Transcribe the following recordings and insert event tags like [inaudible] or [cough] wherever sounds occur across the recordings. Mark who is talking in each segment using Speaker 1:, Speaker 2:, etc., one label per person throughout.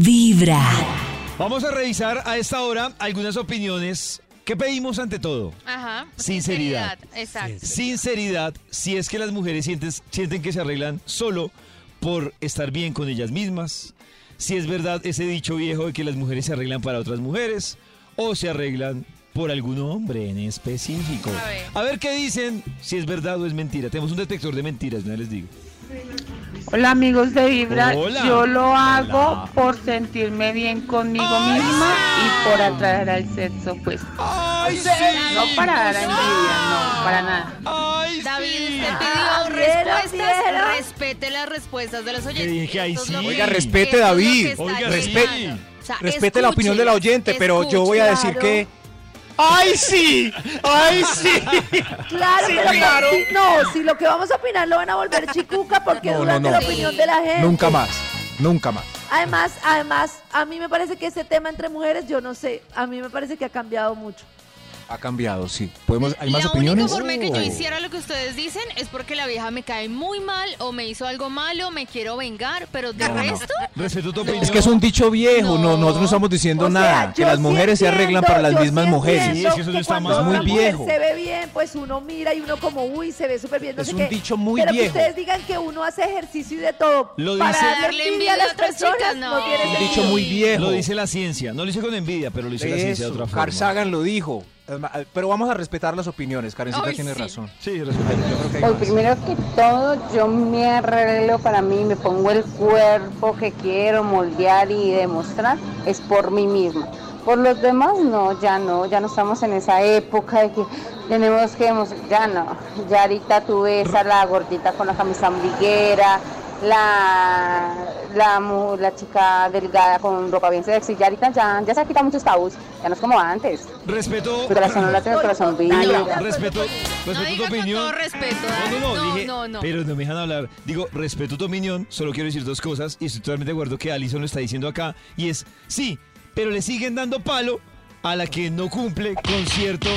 Speaker 1: Vibra.
Speaker 2: Vamos a revisar a esta hora algunas opiniones. ¿Qué pedimos ante todo?
Speaker 3: Ajá.
Speaker 2: Sinceridad.
Speaker 3: Exacto.
Speaker 2: Sinceridad, si es que las mujeres sienten, sienten que se arreglan solo por estar bien con ellas mismas, si es verdad ese dicho viejo de que las mujeres se arreglan para otras mujeres o se arreglan por algún hombre en específico.
Speaker 3: A ver.
Speaker 2: qué dicen, si es verdad o es mentira. Tenemos un detector de mentiras, no les digo.
Speaker 4: Hola amigos de Vibra,
Speaker 2: Hola.
Speaker 4: yo lo hago
Speaker 2: Hola.
Speaker 4: por sentirme bien conmigo misma y por atraer al sexo opuesto.
Speaker 2: ¡Ay, sí!
Speaker 4: No para dar envidia, no, para nada.
Speaker 2: ¡Ay,
Speaker 3: David,
Speaker 2: sí!
Speaker 3: usted pidió
Speaker 5: Vieron,
Speaker 3: respuestas.
Speaker 5: Ah, vieron.
Speaker 3: Respete las respuestas de los oyentes.
Speaker 2: dije, ay,
Speaker 3: Esto es
Speaker 2: sí.
Speaker 3: lo que-
Speaker 6: Oiga,
Speaker 3: esto
Speaker 6: respete,
Speaker 3: es lo
Speaker 6: David.
Speaker 3: que está
Speaker 2: Oiga,
Speaker 3: llegando.
Speaker 2: respete.
Speaker 3: O sea,
Speaker 6: Respete
Speaker 3: escuche,
Speaker 6: la opinión del oyente, pero yo voy a
Speaker 3: escuche.
Speaker 6: decir que. ¡Ay, sí! ¡Ay, sí!
Speaker 3: [laughs]
Speaker 5: Claro,
Speaker 6: Sí,
Speaker 5: pero
Speaker 6: claro.
Speaker 5: si- no, si lo que vamos a opinar lo van a volver chicuca porque
Speaker 6: No, no,
Speaker 5: durante
Speaker 6: no.
Speaker 5: la
Speaker 3: Sí.
Speaker 5: opinión de la gente.
Speaker 6: Nunca más. Nunca más.
Speaker 5: Además, además, a mí me parece que ese tema entre mujeres, yo no sé, a mí me parece que ha cambiado mucho.
Speaker 6: Ha cambiado, sí. ¿Podemos, ¿Hay más
Speaker 3: la
Speaker 6: opiniones?
Speaker 3: única forma de que yo
Speaker 6: Oh.
Speaker 3: hiciera lo que ustedes dicen es porque la vieja me cae muy mal o me hizo algo malo, me quiero vengar, pero de
Speaker 6: No, no.
Speaker 3: resto,
Speaker 2: Respeto tu opinión.
Speaker 6: Es que es un dicho viejo. No,
Speaker 3: No.
Speaker 6: nosotros no estamos diciendo
Speaker 5: O sea,
Speaker 6: nada. que
Speaker 5: yo
Speaker 6: las
Speaker 5: sí
Speaker 6: mujeres se
Speaker 5: entiendo,
Speaker 6: arreglan para las
Speaker 5: yo
Speaker 6: mismas
Speaker 5: sí
Speaker 6: mujeres.
Speaker 5: entiendo
Speaker 2: Sí, es que eso no está
Speaker 5: cuando
Speaker 2: mal.
Speaker 5: una
Speaker 6: Es muy
Speaker 5: mujer
Speaker 6: viejo.
Speaker 5: Se ve bien, pues uno mira y uno como, uy, se ve súper bien. No
Speaker 6: Es
Speaker 5: sé
Speaker 6: un
Speaker 5: qué.
Speaker 6: dicho muy
Speaker 5: pero
Speaker 6: viejo.
Speaker 5: que ustedes digan que uno hace ejercicio y de todo
Speaker 2: Lo
Speaker 5: para
Speaker 2: dice-
Speaker 5: darle envidia a las
Speaker 3: otras
Speaker 5: personas,
Speaker 3: chicas,
Speaker 5: no.
Speaker 3: no.
Speaker 5: tiene
Speaker 6: Un dicho
Speaker 5: sentido.
Speaker 6: muy viejo.
Speaker 2: Lo dice la ciencia. No lo hice con envidia, pero lo dice la ciencia de
Speaker 6: Eso,
Speaker 2: otra forma.
Speaker 6: Carl Sagan lo dijo. Además, Pero vamos a respetar las opiniones. Karencita
Speaker 3: Ay,
Speaker 6: tiene
Speaker 3: sí.
Speaker 6: razón.
Speaker 2: Sí, respeto.
Speaker 6: Yo creo que hay
Speaker 4: Pues
Speaker 6: más.
Speaker 4: primero que todo, yo me arreglo para mí, me pongo el cuerpo que quiero moldear y demostrar, es por mí misma. Por los demás, no, ya no, ya no estamos en esa época de que tenemos que demostrar, ya no. Ya ahorita tú ves a la gordita con la camisa ombliguera, la, la, mu- la chica delgada con ropa bien sexy, ya ahorita ya, ya se han quitado muchos tabús, ya no es como antes.
Speaker 2: Respeto.
Speaker 4: Tu corazón no late, el corazón vibra.
Speaker 2: No, respeto, respeto
Speaker 3: no
Speaker 2: tu
Speaker 3: diga con todo
Speaker 2: opinión.
Speaker 3: respeto.
Speaker 2: No,
Speaker 3: David.
Speaker 2: no, no, dije,
Speaker 3: no, no.
Speaker 2: pero no me dejan hablar. Digo, respeto tu opinión, solo quiero decir dos cosas y estoy totalmente de acuerdo que Alison lo está diciendo acá y es, sí, pero le siguen dando palo a la que no cumple con cierto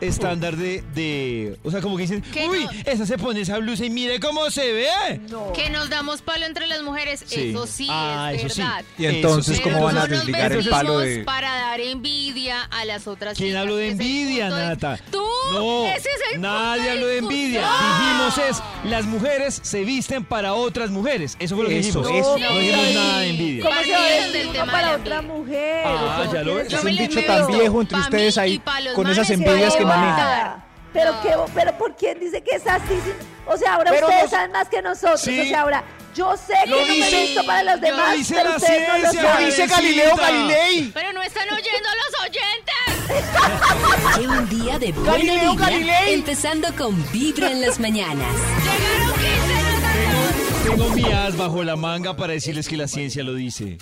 Speaker 2: estándar de, de o sea, como que dicen,
Speaker 3: Que
Speaker 2: uy,
Speaker 3: no-
Speaker 2: esa se pone esa blusa y mire cómo se ve.
Speaker 5: No.
Speaker 3: Que nos damos palo entre las mujeres,
Speaker 2: Sí.
Speaker 3: eso sí
Speaker 2: Ah,
Speaker 3: es
Speaker 2: eso sí.
Speaker 3: verdad.
Speaker 6: Y entonces,
Speaker 2: Eso sí.
Speaker 3: Pero
Speaker 6: ¿cómo van a
Speaker 3: no nos
Speaker 6: desligar el
Speaker 3: vestimos
Speaker 6: palo de.?
Speaker 3: Para dar envidia a las otras
Speaker 2: ¿Quién
Speaker 3: chicas,
Speaker 2: habló de
Speaker 3: ese es el
Speaker 2: envidia,
Speaker 3: punto de-
Speaker 2: Nata?
Speaker 3: ¡Tú!
Speaker 2: No,
Speaker 3: ¡Ese es el
Speaker 2: nadie
Speaker 3: punto
Speaker 2: habló de envidia.
Speaker 3: discusión!
Speaker 2: Dijimos es,
Speaker 3: Ah.
Speaker 2: las mujeres se visten para otras mujeres. Eso fue lo que
Speaker 6: Eso,
Speaker 2: dijimos.
Speaker 6: eso.
Speaker 2: No dijimos nada de envidia.
Speaker 5: ¿Cómo se va a
Speaker 3: Partiendo
Speaker 5: decir
Speaker 3: del
Speaker 5: uno
Speaker 3: tema de
Speaker 5: para
Speaker 3: la
Speaker 5: otra
Speaker 3: vida.
Speaker 5: mujer?
Speaker 2: Ah,
Speaker 5: ¿Cómo
Speaker 2: ya lo
Speaker 5: quieres
Speaker 2: ves.
Speaker 6: Es
Speaker 3: me
Speaker 6: un
Speaker 5: decir?
Speaker 3: le
Speaker 6: dicho
Speaker 3: meto
Speaker 6: tan viejo entre
Speaker 3: pa' mí
Speaker 6: ustedes
Speaker 3: y
Speaker 6: ahí,
Speaker 3: pa' los
Speaker 6: con esas
Speaker 3: manes,
Speaker 6: envidias
Speaker 3: pa'
Speaker 6: que
Speaker 3: ellos.
Speaker 6: manejan.
Speaker 5: Pero,
Speaker 3: No.
Speaker 5: qué, bo- pero ¿por quién dice que es así? Si- O sea, ahora
Speaker 6: Pero
Speaker 5: ustedes
Speaker 6: no-
Speaker 5: saben más que nosotros.
Speaker 2: Sí.
Speaker 5: O sea, ahora yo sé que
Speaker 2: Lo
Speaker 5: no me
Speaker 2: dice-
Speaker 5: visto para los
Speaker 3: lo
Speaker 5: demás,
Speaker 2: dice
Speaker 5: pero
Speaker 2: la
Speaker 5: ustedes no lo
Speaker 2: ciencia,
Speaker 5: saben.
Speaker 6: ¡Lo dice Galileo Galilei!
Speaker 3: Pero no están oyendo a los oyentes.
Speaker 1: Lleva un día de buena
Speaker 6: Galileo
Speaker 1: vibra,
Speaker 6: Galilei.
Speaker 1: empezando con Vibra en las mañanas.
Speaker 3: Llegaron 15
Speaker 2: Tengo mías bajo la manga para decirles que la ciencia lo dice.